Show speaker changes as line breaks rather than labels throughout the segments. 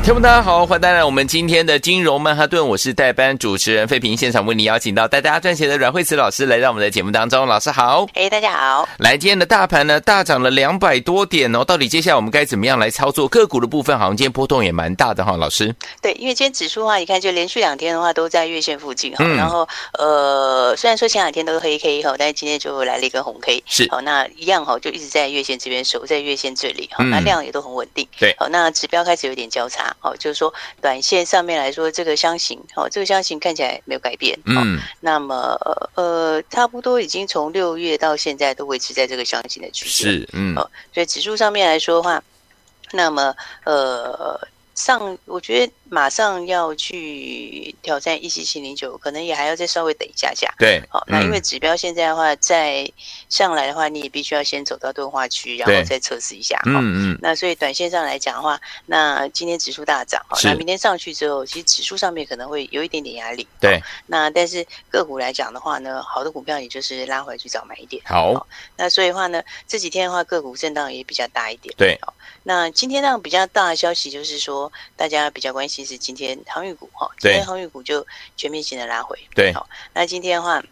听众大家好，欢迎大家来我们今天的金融曼哈顿，我是代班主持人费平，现场为你邀请到带大家赚钱的阮慧慈老师来到我们的节目当中，老师好。
哎、大家好。
来，今天的大盘呢大涨了两百多点哦，到底接下来我们该怎么样来操作个股的部分？好像今天波动也蛮大的哈、老师。
对，因为今天指数的话，你看就连续两天的话都在月线附近哈、
嗯
然后呃，虽然说前两天都是黑 K 哈，但是今天就来了一根红 K，
是
好、那一样哈、就一直在月线这边守在月线这里哈、
嗯
那量也都很稳定，
对
好、那指标开始有点交叉，好、就是说短线上面来说，这个箱型好、这个箱型看起来没有改变，好
嗯，
那么呃呃，差不多已经从六月到现在都维持在这个箱型的区间，
是，嗯，
哦所以指数上面来说的话，那么呃上，我觉得马上要去挑战一七七零九，可能也还要再稍微等一下下。
对，
好、那因为
嗯
指标现在的话，再上来的话，你也必须要先走到钝化区，然后
对
再测试一下。哦
嗯嗯，
那所以短线上来讲的话，那今天指数大涨，哦
是
那明天上去之后，其实指数上面可能会有一点点压力。
对
哦，那但是个股来讲的话呢，好的股票也就是拉回去找买一点。
好，
那所以的话呢，这几天的话个股震荡也比较大一点。哦
对，
那今天量比较大的消息就是说，大家比较关心是今天航运股哈，
对
今天航运股就全面性的拉回。
对
好，那今天的话。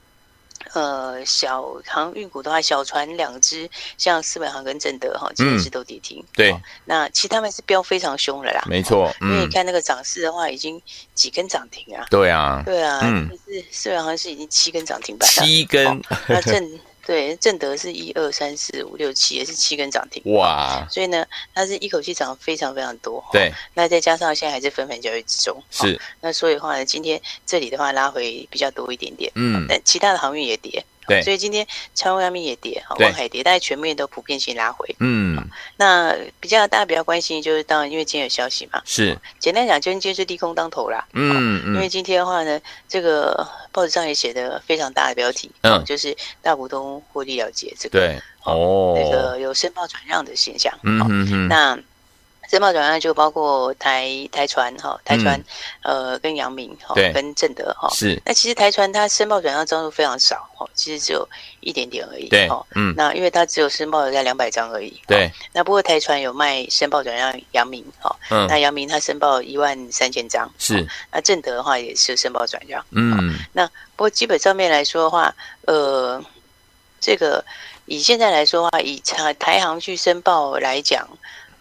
呃，小航运股的话，小船两只，像四本航跟正德哈，今天是都跌停。
对
好，那其实他们是飙非常凶了啦，
嗯没错，
因为
嗯
你，看那个涨势的话，已经几根涨停啊。
对啊，
对啊，
嗯
就是四本航是已经七根涨停板了。
七根，
那正对正德是一二三四五六七，也是七根涨停，
哇，
所以呢，它是一口气涨非常非常多。哦，
对，
那再加上现在还在分盘交易之中，哦
是，
那所以的话呢，今天这里的话拉回比较多一点点，
嗯，
但其他的航运也跌。哦
对
所以今天长荣、阳明也跌，哦
对
万海也跌，大家全面都普遍性拉回。
嗯，
那比较大家比较关心就是，当然因为今天有消息嘛，
是，
简单讲，就是今天是利空当头啦。
嗯
因为
嗯，
今天的话呢，这个报纸上也写的非常大的标题，
嗯
哦就是大股东获利了结这个
对，
那
哦，
个有申报转让的现象。
嗯
好
嗯嗯，
那申报转让就包括台台船哈，台船、呃跟阳明
嗯
哈
对，
跟正德哈。
是，
那其实台船它申报转让张数非常少哦，其实只有一点点而已。
对
哦，，
嗯，
那因为它只有申报有在两百张而已。
对
哦。，那不过台船有卖申报转让阳明哦，
嗯，
那阳明它申报一万三千张。
是
哦。那正德的话也是申报转让。
嗯，
不过基本上面来说的话，呃，这个以现在来说的话，以台台行去申报来讲，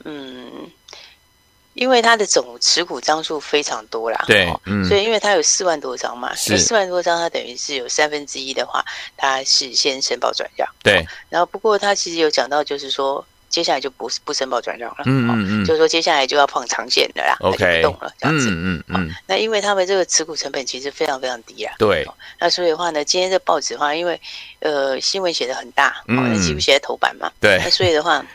嗯，因为它的总持股张数非常多啦，
对
哦，
嗯，
所以因为它有四万多张嘛，
是
那四万多张它等于是有三分之一的话，它是先申报转让，
对，
然后不过它其实有讲到就是说，接下来就不不申报转让了，
嗯
哦
嗯嗯
就是说接下来就要放长线的啦它就
，OK，
不动了这样子。
嗯嗯嗯，
那因为他们这个持股成本其实非常非常低啦，
对，
那所以的话呢，今天这报纸的话，因为呃新闻写的很大，哦，
嗯哎
那几乎写在头版嘛，
对
那所以的话，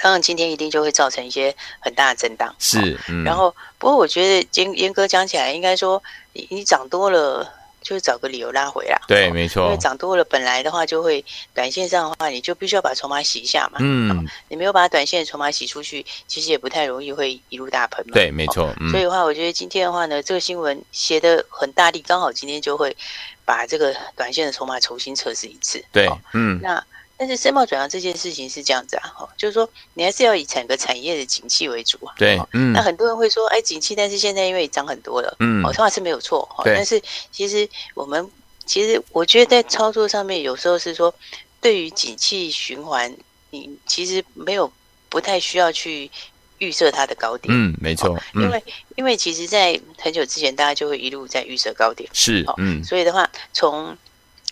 当然今天一定就会造成一些很大的震荡。哦
是，嗯
然后不过我觉得严严格讲起来，应该说你你涨多了，就是找个理由拉回啦。
对，
哦
没
因
错
为，涨多了，本来的话就会短线上的话，你就必须要把筹码洗一下嘛。
嗯，
你没有把短线的筹码洗出去，其实也不太容易会一路大喷嘛。
对，没
哦
错，
所
嗯，
以的话，我觉得今天的话呢，这个新闻写的很大力，刚好今天就会把这个短线的筹码重新测试一次。
对
哦，
嗯，
那但是申报转让这件事情是这样子啊，哦，就是说你还是要以整个产业的景气为主啊。
对
哦，
嗯
那，很多人会说，哎，景气，但是现在因为涨很多了，
嗯
哦，，话是没有错，哦，
对
但是其实我们其实我觉得在操作上面有时候是说，对于景气循环，你其实没有不太需要去预设它的高点，
嗯，没错，
因
嗯，
为因为其实，在很久之前，大家就会一路在预设高点，
是，嗯，
所以的话，从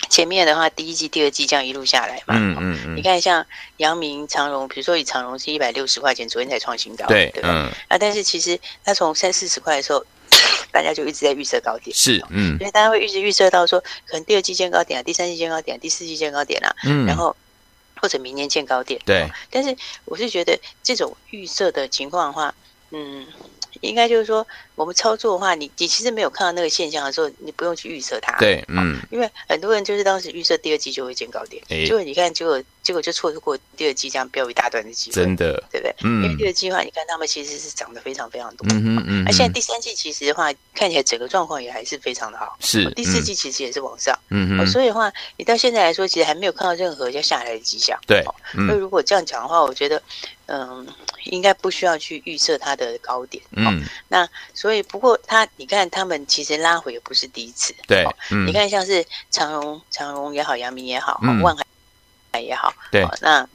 前面的话，第一季、第二季这样一路下来嘛。
嗯
哦
嗯嗯
你，看，像阳明、长荣，比如说以长荣是一百六十块钱，昨天才创新高，
对，
对吧？
嗯，
啊，但是其实它从三四十块的时候，大家就一直在预设高点，
是，嗯
所以大家会一直预设到说，可能第二季见高点啊，第三季见高点啊，第四季见高点啊，
嗯，
然后或者明年见高点。
对，
但是我是觉得这种预设的情况的话，嗯，应该就是说，我们操作的话，你你其实没有看到那个现象的时候，你不用去预测它。
对，嗯，
因为很多人就是当时预测第二季就会见高点，
哎
结果你看，结果结果就错过第二季这样飙一大段的机会，
真的，
对不对？因为
嗯
第二季的话，你看他们其实是涨得非常非常多。
嗯哼嗯
那、现在
哼，
第三季其实的话，看起来整个状况也还是非常的好。
是
第四季其实也是往上、
嗯嗯
哦，
哼，
所以的话，你到现在来说，其实还没有看到任何要下来的迹象。
对
哦，那、
嗯
如果这样讲的话，我觉得，嗯，应该不需要去预测它的高点。哦，
嗯，
所以不过它，你看他们其实拉回也不是第一次。
对
哦，
嗯
你，看像是长荣、长荣也好，阳明也好，哦
嗯
万海也好，
对
哦那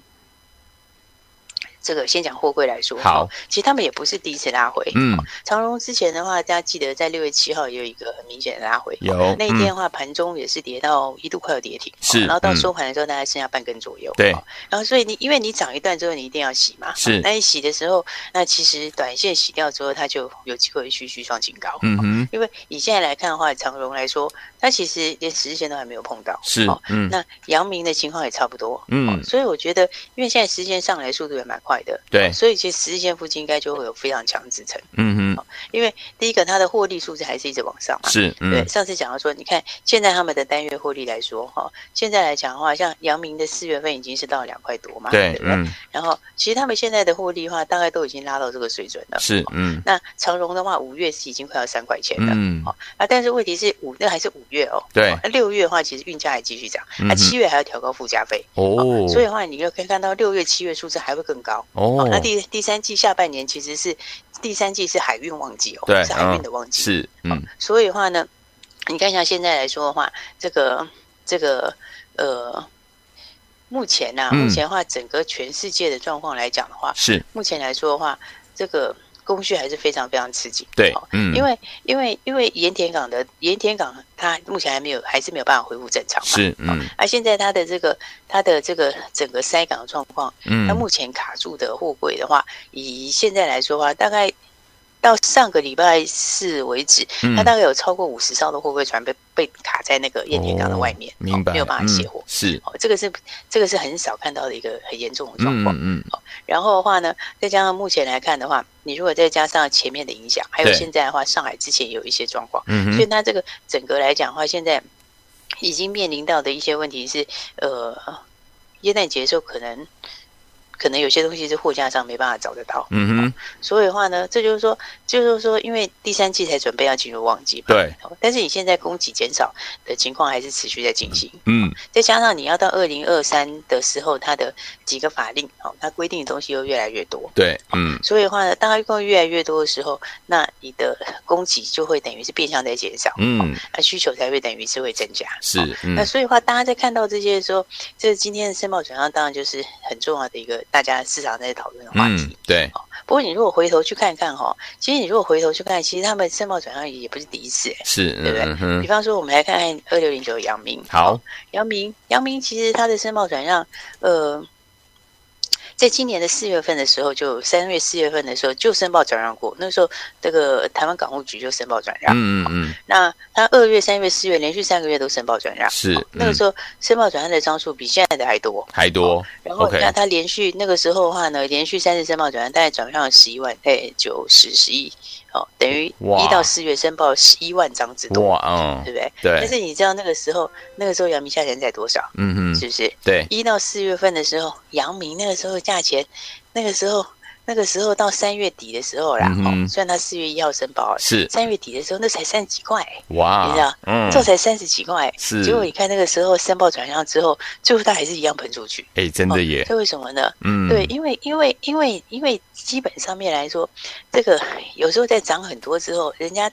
这个先讲货柜来说，
好
哦，其实他们也不是第一次拉回，
嗯
哦，长荣之前的话，大家记得在六月七号也有一个很明显的拉回，
有
那一天的
嗯
话，盘中也是跌到一度快要跌停，
是
哦然后到
嗯
收盘的时候大概剩下半根左右，
对
哦然后所以你因为你涨一段之后，你一定要洗嘛，
是
哦那你洗的时候，那其实短线洗掉之后，它就有机会续续创新高，
嗯哼，
因为以现在来看的话，长荣来说，它其实连十日线都还没有碰到。
是
哦，
嗯
那阳明的情况也差不多。哦
嗯，
所以我觉得，因为现在时间上来速度也蛮快的，
对，
所以其实十日线附近应该就会有非常强支撑。
嗯哼，
因为第一个，它的获利数字还是一直往上嘛。
是，
对
嗯，
上次讲到说，你看现在他们的单月获利来说，哈、现在来讲的话，像阳明的四月份已经是到两块多嘛，
对，
不对？
嗯，
然后其实他们现在的获利的话，大概都已经拉到这个水准了。
是，嗯
那长荣的话，五月是已经快要三块钱了。
嗯，
啊，但是问题是五，那还是五月哦。
对
那六月的话，其实运价还继续涨，
嗯
那
哼
七月还要调高附加费，
哦，
所以的话，你就可以看到六月、七月数字还会更高。
哦，
那第第三季下半年其实是第三季是海运旺季哦，
对
是海
嗯
运的旺季。
是，嗯
所以的话呢，你看像现在来说的话，这个这个呃，目前呐、啊，
嗯
目前的话，整个全世界的状况来讲的话，
是，
目前来说的话，这个供需还是非常非常吃紧。
对
哦，
嗯，
因为因为因为盐田港的盐田港，它目前还没有还是没有办法恢复正常嘛。
是，嗯
而现在它的这个它的这个整个塞港的状况，它
嗯，
目前卡住的货柜的话，以现在来说的话，大概到上个礼拜四为止，
嗯
它大概有超过五十艘的货柜船被被卡在那个盐田港的外面，
哦
哦
明白，嗯
没有办法卸货。
是，
哦，这个是这个是很少看到的一个很严重的状
嗯
况。
嗯
然后的话呢，再加上目前来看的话，你如果再加上前面的影响，还有
对
现在的话，上海之前有一些状况，
嗯
所以
哼，
它这个整个来讲的话，现在已经面临到的一些问题是，呃，耶诞节的时候可能可能有些东西是货架上没办法找得到，
嗯哼，
所以的话呢，这就是说，就是说，因为第三季才准备要进入旺季嘛。
对，
哦但是你现在供给减少的情况还是持续在进行，
嗯
再加上你要到二零二三的时候，它的几个法令哦，它规定的东西又越来越多，
对，嗯
所以的话呢，当它供应越来越多的时候，那你的供给就会等于是变相在减少，哦
嗯
那需求才会等于是会增加。
是
哦，
嗯
那所以的话，大家在看到这些的时候，这今天的申报转让当然就是很重要的一个大家市场在讨论的话题。
嗯对，
不过你如果回头去看看哈、哦，其实你如果回头去看，其实他们申报转让也不是第一次。哎
是，嗯哼，
比方说，我们来看看二六零九阳明。
好，
阳明，阳明其实它的申报转让，呃，在今年的四月份的时候就，三月四月份的时候就申报转让过。那时候这个台湾港务局就申报转让，
嗯嗯嗯
那它二月、三月、四月连续三个月都申报转让，
是
哦那个
嗯
时候申报转让的张数比现在的还多。
还多，
然后
OK
你看它连续那个时候的话呢，连续三次申报转让，大概转让十一万，哎，九十十一，哦，等于
哇
一到四月申报十一万张之多，
哇，嗯
对不对？但
对，
是你知道那个时候，那个时候阳明下钱才多少？
嗯哼
是不是？
对，
一到四月份的时候，阳明那个时候价钱，那个时候那个时候到三月底的时候啦，
嗯哼
哦，虽然它四月一号申报了，
是
三月底的时候那才三十几块，你知
哇
道，
嗯
这才三十几块。
是，
结果你看那个时候申报转让之后，最后它还是一样喷出去，
哎真的耶，
这为什么呢？
嗯
哦对，因为因为因为因为基本上面来说，这个有时候在涨很多之后，人家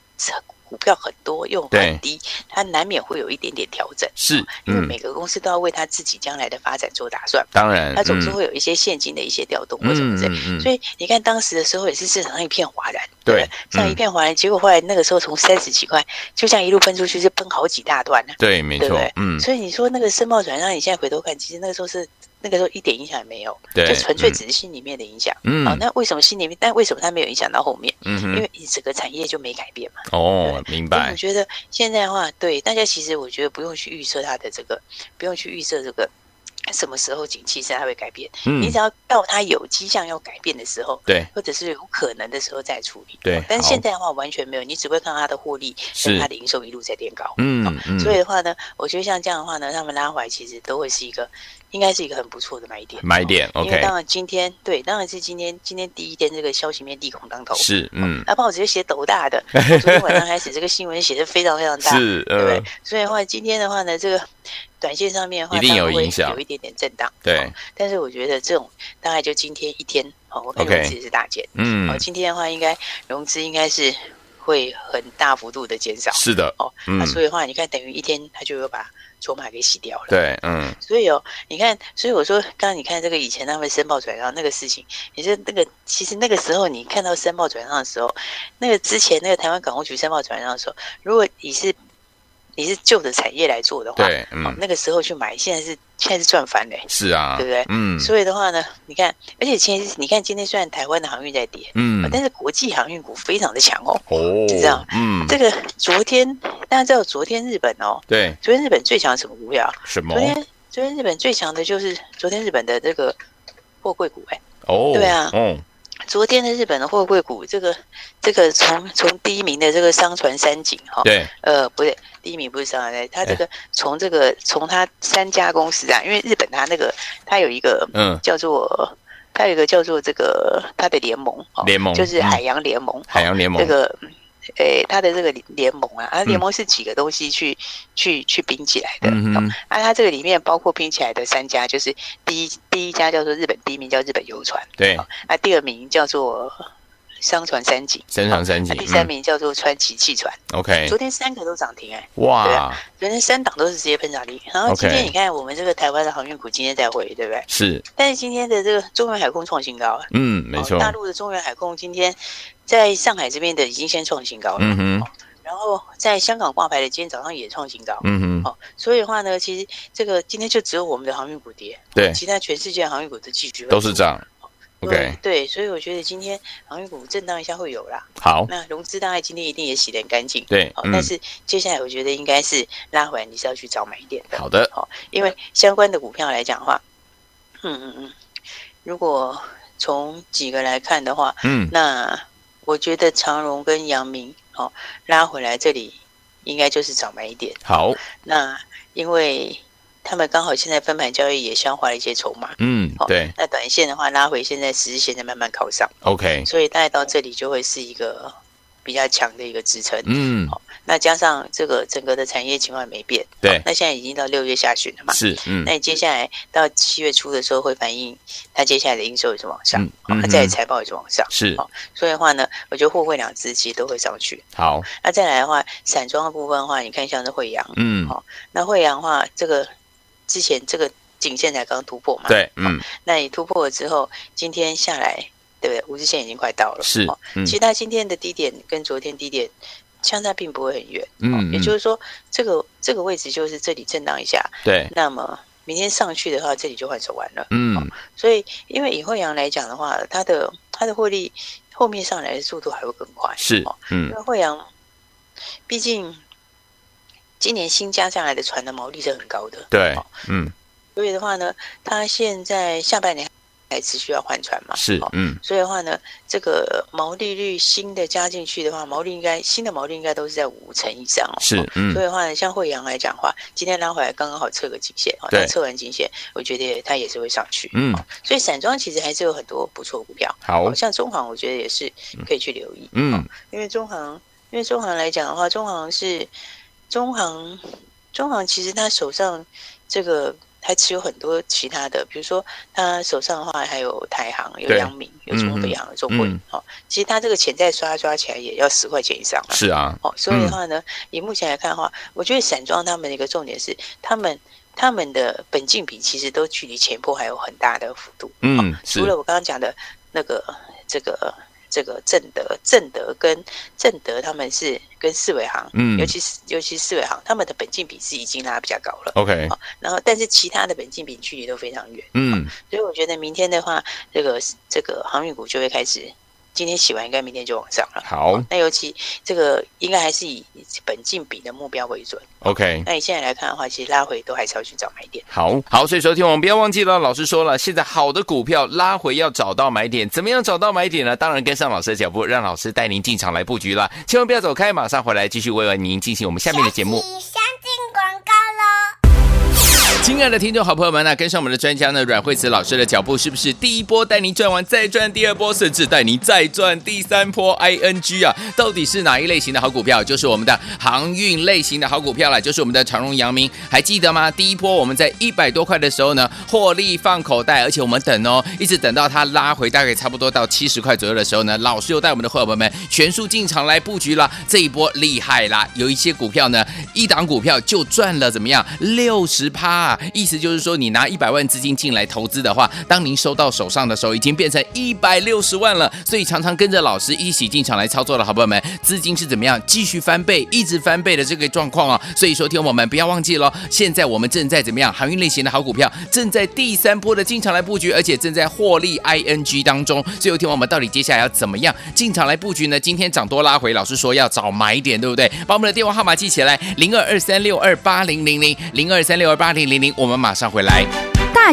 股票很多又
对
很低，它难免会有一点点调整。
是，
哦因为
嗯
每个公司都要为它自己将来的发展做打算，
当然，
它总
嗯
是会有一些现金的一些调动或什么
嗯
之类。
嗯
所以你看当时的时候也是市场上一片哗然，
对嗯
不市场一片哗然，结果后来那个时候从三十几块就这样一路喷出去，是喷好几大段呢、
对没
对不
错
对，
嗯
所以你说那个申报转让，你现在回头看，其实那个时候是那个时候一点影响也没有，
对，
就纯粹
嗯
只是心里面的影响。
嗯
好、那为什么心里面？但为什么它没有影响到后面？
嗯
因
哼
为你整个产业就没改变嘛。
哦明
所以我
白
觉得现在的话，对大家其实我觉得不用去预测它的这个，不用去预测这个什么时候景气才会改变？
嗯
你只要到它有迹象要改变的时候，
对
或者是有可能的时候再处理。
对
哦但
好
是现在的话完全没有，你只会看到它的获利
是
跟它的营收一路在垫高。
嗯嗯，
哦所以的话呢，我觉得像这样的话呢，他们拉回来其实都会是一个，应该是一个很不错的买点。
买点
因为
，OK，
当然今天对，当然是今天今天第一天这个消息面利空当头，
是嗯
啊，报纸就写斗大 的，昨天晚上开始这个新闻写的非常非常大，
是
对不对
呃？
所以的话，今天的话呢，这个短线上面的话，
一定有
当然会
影响
有一点点震荡。
对
哦，但是我觉得这种大概就今天一天，哦，我
OK
看融资是大减。
嗯
哦，今天的话，应该融资应该是会很大幅度的减少。
是的，
哦，
嗯
那所以的话，你看等于一天，它就有把筹码给洗掉了。。
对嗯
所以哦，你看，所以我说，刚刚你看这个以前他们申报转让那个事情，也是那个，其实那个时候你看到申报转让的时候，那个之前那个台湾港务局申报转让的时候，如果你是你是旧的产业来做的话，
对
哦
嗯
那个时候去买，现在是现在是赚翻嘞。
是啊，
对不对
嗯
所以的话呢，你看，而且其实你看今天虽然台湾的航运在跌，
嗯
但是国际航运股非常的强哦。
哦
就这样啊
嗯
这个昨天大家知道，昨天日本哦，
对
昨天日本最强什么股票？
什么
昨天昨天日本最强的就是昨天日本的这个货柜股哎、
哦
对啊
哦
昨天的日本的货柜股，这个这个从从第一名的这个商船三井哈、
对
呃，不对，第一名不是商船三井，它这个从这个从它三家公司啊，因为日本它那个它有一个
嗯
叫做它有一个叫做这个它的联盟哦，
联盟
就是
嗯
海洋联盟，
海洋联盟嗯
这个。嗯诶，它的这个联盟啊，它联盟是几个东西去、去去拼起来的。
嗯
哦
哼
啊，它这个里面包括拼起来的三家，就是第一第一家叫做日本第一名叫日本游船，
对
那第二名叫做商船三井，
深长三井
那第
嗯
三
哎
名叫做川崎汽船。
OK
昨天三个都涨停哎、对
哇
啊昨天三档都是直接喷涨停。然后今
OK
天你看我们这个台湾的航运股今天再回，对不对？
是
但是今天的这个中原海空创新高啊，
嗯没
哦
错
大陆的中原海空今天在上海这边的已经先创新高了，
嗯哼
然后在香港挂牌的今天早上也创新高。
嗯哼
哦，所以的话呢，其实这个今天就只有我们的航运股跌，
对
其他全世界航运股都继续
都是
涨。
涨 OK
哦对，所以我觉得今天航运股震荡一下会有啦。
好
那融资大概今天一定也洗得很干净，
对
好、
哦嗯
哦但是接下来我觉得应该是拉回来，你是要去找买点的，
好的
好、因为相关的股票来讲的话，嗯嗯嗯，如果从几个来看的话，
嗯
那我觉得长荣跟阳明，哦，拉回来这里应该就是找买点，
好
那因为他们刚好现在分盘交易也消化了一些筹码，
嗯
好
对
那短线的话拉回现在十日线在慢慢靠上。
OK
所以大概到这里就会是一个比较强的一个支撑。
嗯
那加上这个整个的产业情况也没变，
对
好那现在已经到六月下旬了嘛，
是嗯
那你接下来到七月初的时候会反映它接下来的营收也是往上
嗯，
好
嗯
那再来财报也是往上，
是
好所以的话呢，我觉得货柜两只其实都会上去。
好
那再来的话，散装的部分的话，你看像是惠阳，
嗯
好那惠阳的话，这个之前这个颈线才刚突破嘛，
对嗯
那你突破了之后，今天下来，对不对？五日线已经快到了，
是
哦
嗯
其实它今天的低点跟昨天低点相差并不会很远，哦
嗯
也
嗯
就是说，这个这个位置就是这里震荡一下，
对
那么明天上去的话，这里就换手完了。
嗯
所以，因为以惠阳来讲的话，它的它的获利后面上来的速度还会更快，
是
哦，因
嗯
为惠阳毕竟今年新加上来的船的毛利是很高的，
对
哦
嗯
所以的话呢，它现在下半年还持续要换船嘛，
是
哦
嗯
所以的话呢，这个毛利率新的加进去的话，毛利应该新的毛利应该都是在五成以上哦。
是
哦
嗯
所以的话呢，像惠阳来讲的话，今天拉回来刚刚好测个颈线哦，
对
那测完颈线，我觉得它也是会上去。
嗯
所以散装其实还是有很多不错的股票，
好
哦像中航，我觉得也是可以去留意，
嗯
因为中航，因为中航来讲的话，中航是中航，中航其实他手上这个还持有很多其他的，比如说他手上的话还有台航、有
对
阳明、有中北航、有中
嗯
汇，哦，其实他这个钱再刷刷起来也要十块钱以上了。
是啊
哦，所以的话呢，以目前来看的话，我觉得散装他们的一个重点是，他们他们的本净比其实都距离前波还有很大的幅度。哦
嗯是
除了我刚刚讲的那个这个这个正德正德跟正德他们是跟四维行，
嗯
尤其是尤其是四维行，他们的本净比是已经拉比较高了。哦
OK
然后，但是其他的本净比距离都非常远，
嗯
所以我觉得明天的话，这个这个航运股就会开始今天洗完，应该明天就往上了。
好
那尤其这个应该还是以本净比的目标为准。
，OK。
那你现在来看的话，其实拉回都还是要去找买点。
好好，所以昨天我们不要忘记了，老师说了，现在好的股票拉回要找到买点，怎么样找到买点呢？当然跟上老师的脚步，让老师带您进场来布局了，千万不要走开，马上回来继续为您进行我们下面的节目。
相进广告喽。
亲爱的听众好朋友们那跟上我们的专家呢阮慧慈老师的脚步，是不是第一波带您赚完，再赚第二波，甚至带您再赚第三波？ING 啊，到底是哪一类型的好股票？就是我们的航运类型的好股票啦，就是我们的长荣、阳明，还记得吗？第一波我们在一百多块的时候呢，获利放口袋，而且我们等哦，一直等到它拉回大概差不多到七十块左右的时候呢，老师又带我们的伙伴们全数进场来布局啦，这一波厉害啦！有一些股票呢，一档股票就赚了怎么样六十趴？啊意思就是说，你拿一百万资金进来投资的话，当您收到手上的时候，已经变成一百六十万了。所以常常跟着老师一起进场来操作的好朋友们，资金是怎么样继续翻倍，一直翻倍的这个状况啊。所以说，听我们不要忘记了，现在我们正在怎么样航运类型的好股票，正在第三波的进场来布局，而且正在获利 ING 当中。所以，听我们到底接下来要怎么样进场来布局呢？今天涨多拉回，老师说要找买点，对不对？把我们的电话号码记起来，零二二三六二八零零零零二三六二八零零零，我们马上回来。
大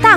大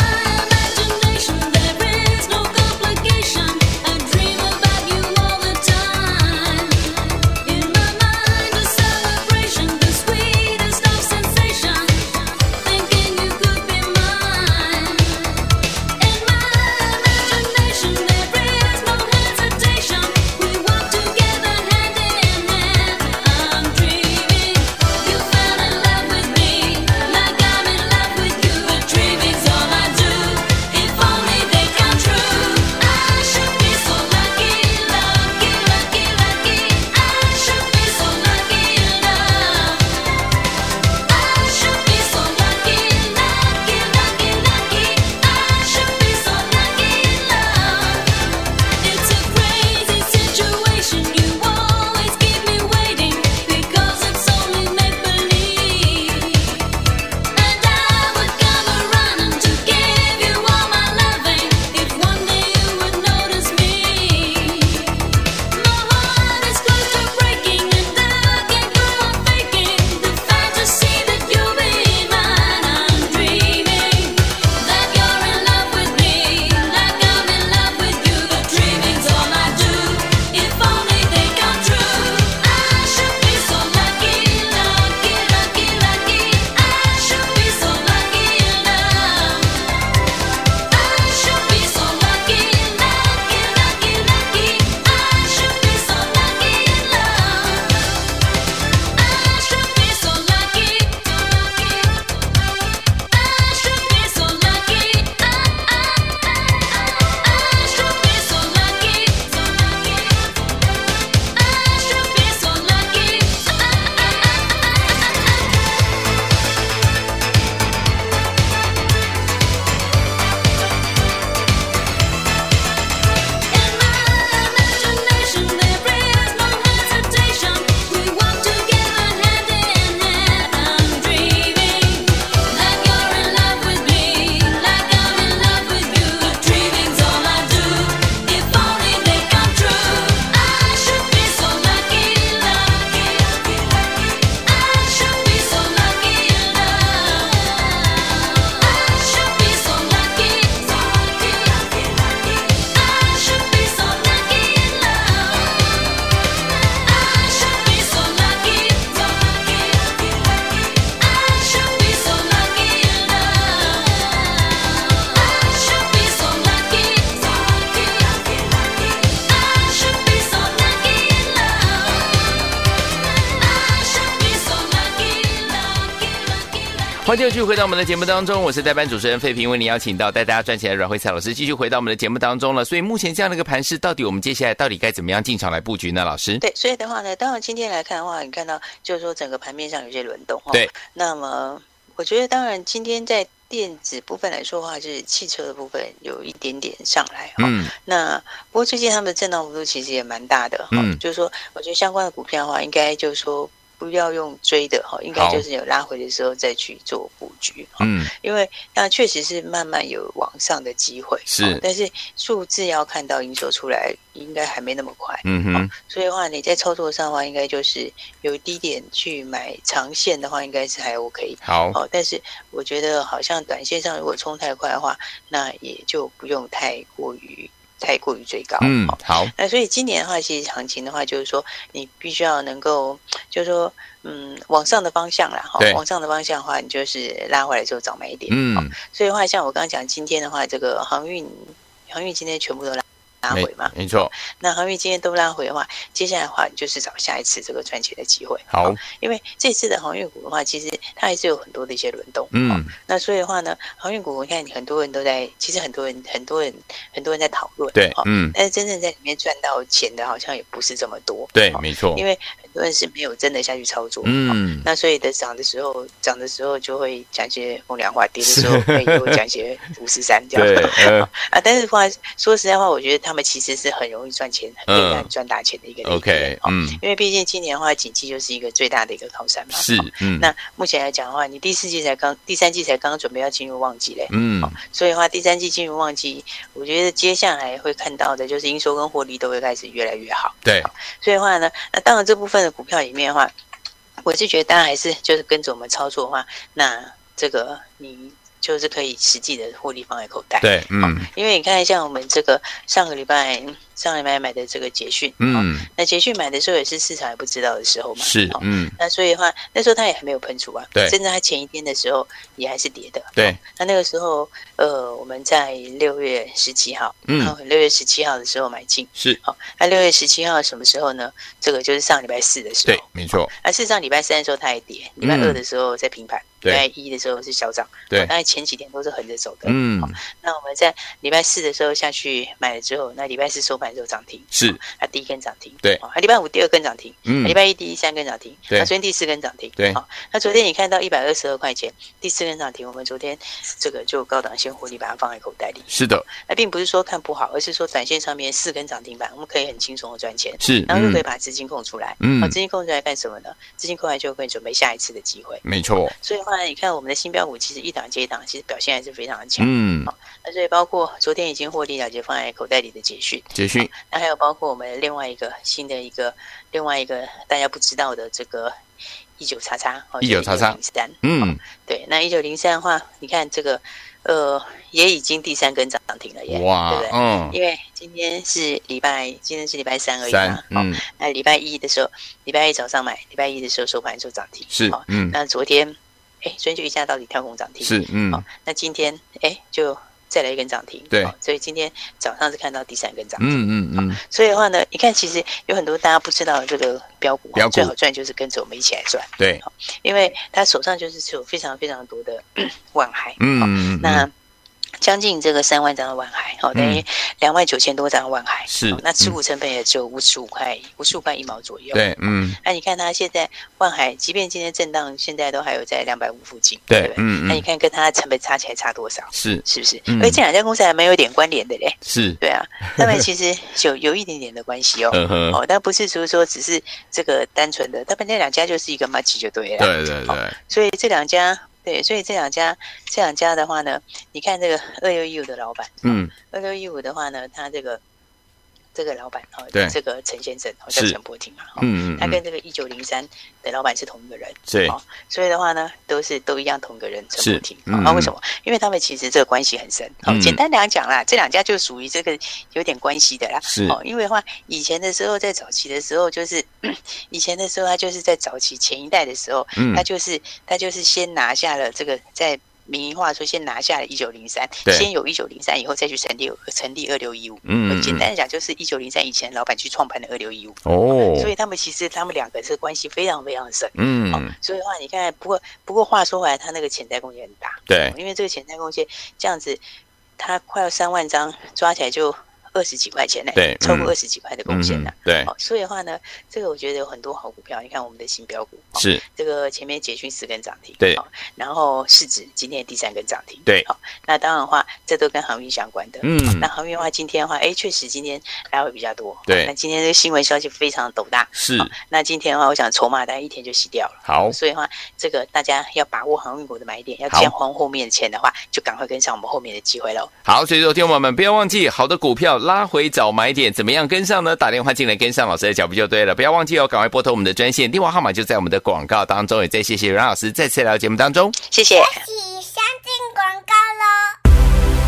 Imagination, there is no complication. I dream about you all the time. In my mind, a celebration, the sweetest of sensation. Think
欢迎继续回到我们的节目当中，我是代班主持人费平，为您邀请到带大家赚钱的阮慧彩老师继续回到我们的节目当中了。所以目前这样的一个盘势，到底我们接下来到底该怎么样进场来布局呢？老师，
对，所以的话呢，当然今天来看的话，你看到就是说整个盘面上有些轮动哈。
对。
那么我觉得，当然今天在电子部分来说的话，就是汽车的部分有一点点上来哈。
嗯，
那不过最近他们的震荡幅度其实也蛮大的哈。
嗯
就是说，我觉得相关的股票的话，应该就是说。不要用追的哈，应该
好
就是有拉回的时候再去做布局哈，
嗯，
因为那确实是慢慢有往上的机会，
是
哦但是数字要看到营收出来，应该还没那么快，
嗯哼，
所以的话，你在操作上的话，应该就是有低点去买长线的话，应该是还 OK。
好，
哦，但是我觉得好像短线上如果冲太快的话，那也就不用太过于太过于追高。
嗯
哦，
好，
那所以今年的话，其实行情的话，就是说你必须要能够，就是说，嗯，往上的方向啦，哈、
对
往上的方向的话，你就是拉回来之后早买一点。哦
嗯，
所以的话，像我刚刚讲，今天的话，这个航运航运今天全部都拉拉
没
回嘛，
没错，
那航运今天都拉回的话，接下来的话你就是找下一次这个赚钱的机会。
好，
因为这次的航运股的话，其实它还是有很多的一些轮动。
嗯，
那所以的话呢，航运股我看很多人都在，其实很多人、很多人、很多人在讨论。
对
哦，
嗯，
但是真正在里面赚到钱的，好像也不是这么多。
对，
哦
没错
因，为很多人是没有真的下去操作。哦
嗯，
那所以的涨的时候，涨的时候就会讲一些风凉话，跌的时候会又讲一些五十三这样。
对，呃
啊，但是话说实在话，我觉得他们其实是很容易赚钱、很
嗯
对岸赚大钱的一个类别
，OK，
哦
嗯，
因为毕竟今年的话，景气就是一个最大的一个靠山嘛。
是
哦，
嗯，
那目前来讲的话，你第四季才刚，第三季才刚准备要进入旺季嘞，
嗯，
所以的话，第三季进入旺季，我觉得接下来会看到的就是营收跟获利都会开始越来越好。
对，
所以的话呢，那当然这部分的股票里面的话，我是觉得大家还是就是跟着我们操作的话，那这个你就是可以实际的获利放在口袋。
对，嗯，
因为你看，像我们这个上个礼拜上个礼拜买的这个捷讯，哦，
嗯，
那捷讯买的时候也是市场还不知道的时候嘛，
是，
哦
嗯，
那所以的话，那时候它也还没有喷出啊，
对
甚至它前一天的时候也还是跌的。
对，
那那个时候，呃，我们在六月十七号，
嗯，
六月十七号的时候买进，
是，
那六月十七号什么时候呢？这个就是上礼拜四的时候
对，，没错，
那事实上礼拜三的时候它也跌，礼拜
嗯
二的时候在平盘，礼
对
拜一的时候是小涨，
对
哦当然前几天都是横着走的，
嗯，
那我们在礼拜四的时候下去买了之后，那礼拜四收盘之后涨停，
是，
啊，第一根涨停，
对
哦啊，礼拜五第二根涨停，
嗯
啊礼，拜一第三根涨停，
对
啊，昨天第四根涨停，
对
好，那昨天你看到一百二十二块钱，第四根涨停，我们昨天这个就高档现获利把它放在口袋里，
是的，
那并不是说看不好，而是说短线上面四根涨停板，我们可以很轻松的赚钱，
是，
然后又
嗯
可以，把资金空出来，
嗯
啊，资金空出来干什么呢？资金空出来就可以准备下一次的机会，
没错，
所以的话呢，你看我们的新标股其实一档接一档，其实表现还是非常的强。
嗯，
那所以包括昨天已经获利了结放在口袋里的捷讯，
捷讯，
那还有包括我们另外一个新的一个另外一个大家不知道的这个一九叉叉哦，
19
零三
嗯，
对，那一九零三的话，你看这个呃也已经第三根涨停了耶，
哇
对不，对？
嗯，
因为今天是礼拜，今天是礼拜三而已
三
嘛，。哦
嗯，
那礼拜一的时候，礼拜一早上买，礼拜一的时候收盘就涨停。
是
哦，
嗯，
那昨天，哎，昨天就一下到底跳空涨停。
是，嗯，
好，那今天哎就再来一根涨停，
对
好所以今天早上是看到第三根涨停，
嗯嗯嗯，
所以的话呢，你看其实有很多大家不知道的这个标股，啊
标股
最好赚就是跟着我们一起来赚，
对，
因为他手上就是持有非常非常多的 万海，
嗯
好
嗯，嗯
那。将近这个三万张的万海，好、等于两万九千多张的万海，
是
好那持
嗯
股成本也只有五十五块，五十五块一毛左右。
对，嗯，
那你看它现在万海，即便今天震荡，现在都还有在两百五附近，对
对
不，对？
嗯
那你
嗯，
看跟它的成本差起来差多少？
是
是不是？
嗯
而这两家公司还蛮有点关联的嘞。
是，
对啊，他们其实有有一点点的关系哦。
嗯哼，
哦，但不是说说只是这个单纯的，他们那两家就是一个 match 就对了。
对对对，
所以这两家，对，所以这两家这两家的话呢，你看这个二六一五的老板，
嗯，
二六一五的话呢，他这个这个老板哦，
对
这个陈先生，哦，叫
是
陈伯廷嘛，哦，
嗯嗯
他
嗯，
跟这个一九零三的老板是同一个人，哦
对，
所以的话呢，都是都一样同一个人
是
陈不停
嗯
啊？为什么？因为他们其实这个关系很深。好、
嗯
简单来讲啦，这两家就属于这个有点关系的啦。
是
哦，因为的话以前的时候，在早期的时候，就是 以前的时候，他就是在早期前一代的时候，
嗯
他就是他就是先拿下了这个在。民营化的时候先拿下了一九零三，
对
先有一九零三，以后再去成立成立二六一五。
嗯嗯嗯
简单的讲，就是一九零三以前老板去创办的二六一五，
哦，
所以他们其实他们两个是关系非常非常深。哦
嗯，，
所以的话，你看，不过不过话说回来，它那个潜在贡献很大，
对
因为这个潜在贡献这样子，它快要三万张，抓起来就二十几块钱呢、
对
超过
嗯
二十几块的贡
嗯
献
哼
呢、
对，
哦，所以的话呢，这个我觉得有很多好股票，你看我们的新标股，哦、
是
这个前面捷讯四根涨停，
对
哦，然后市值今天第三根涨停，
对
好、那当然的话，这都跟航运相关的，
嗯
那航运的话，今天的话，哎，确实今天来回比较多，哦
对
那今天这个新闻消息非常陡大，
是
好那今天的话，我想筹码单一天就洗掉了。
好，
所以的话，这个大家要把握航运股的买点，要
好
先还后面的钱的话，就赶快跟上我们后面的机会喽。
好，所以说，听我们不要忘记，好的股票拉回找买点，怎么样跟上呢？打电话进来跟上老师的脚步就对了，不要忘记哦，赶快拨通我们的专线，电话号码就在我们的广告当中。也再谢谢阮老师再次来到节目当中，
谢谢。
起相进广告喽。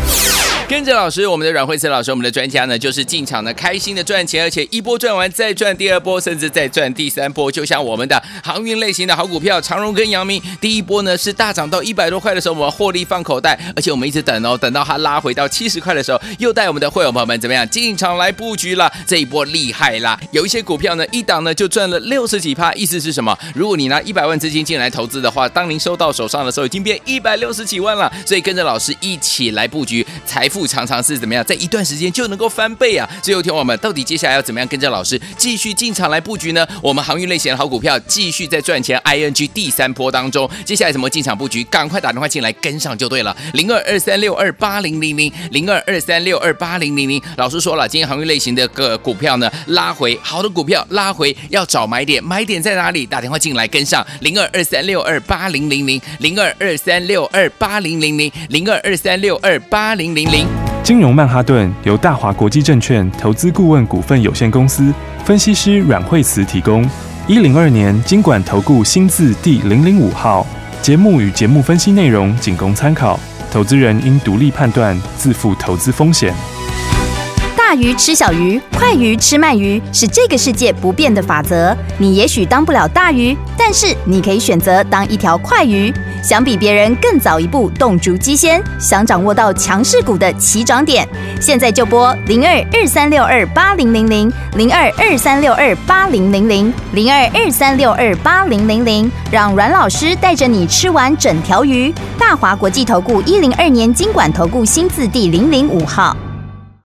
跟着老师，我们的阮慧慈老师，我们的专家呢，就是进场呢开心的赚钱，而且一波赚完再赚第二波，甚至再赚第三波。就像我们的航运类型的好股票长荣跟阳明，第一波呢是大涨到一百多块的时候，我们获利放口袋，而且我们一直等哦，等到它拉回到七十块的时候，又带我们的会员朋友们怎么样进场来布局啦？这一波厉害啦！有一些股票呢，一档呢就赚了六十几趴，意思是什么？如果你拿一百万资金进来投资的话，当您收到手上的时候，已经变一百六十几万了。所以跟着老师一起来布局，财富常常是怎么样，在一段时间就能够翻倍啊！所以，听我们到底接下来要怎么样跟着老师继续进场来布局呢？我们航运类型的好股票继续在赚钱，ING 第三波当中，接下来怎么进场布局？赶快打电话进来跟上就对了，零二二三六二八零零零零二二三六二八零零零。老师说了，今天航运类型的个股票呢拉回，好的股票拉回要找买点，买点在哪里？打电话进来跟上零二二三六二八零零零零二二三六二八零零零零二二三六二八零零零。
金融曼哈顿由大华国际证券投资顾问股份有限公司分析师阮惠慈提供。一零二年经管投顾新字第零零五号。节目与节目分析内容仅供参考，投资人应独立判断，自负投资风险。
大鱼吃小鱼，快鱼吃慢鱼，是这个世界不变的法则。你也许当不了大鱼，但是你可以选择当一条快鱼。想比别人更早一步动足机先，想掌握到强势股的起涨点，现在就拨零二二三六二八零零零零二二三六二八零零零零二二三六二八零零零，让阮老师带着你吃完整条鱼。大华国际投顾一零二年经管投顾新字第零零五号。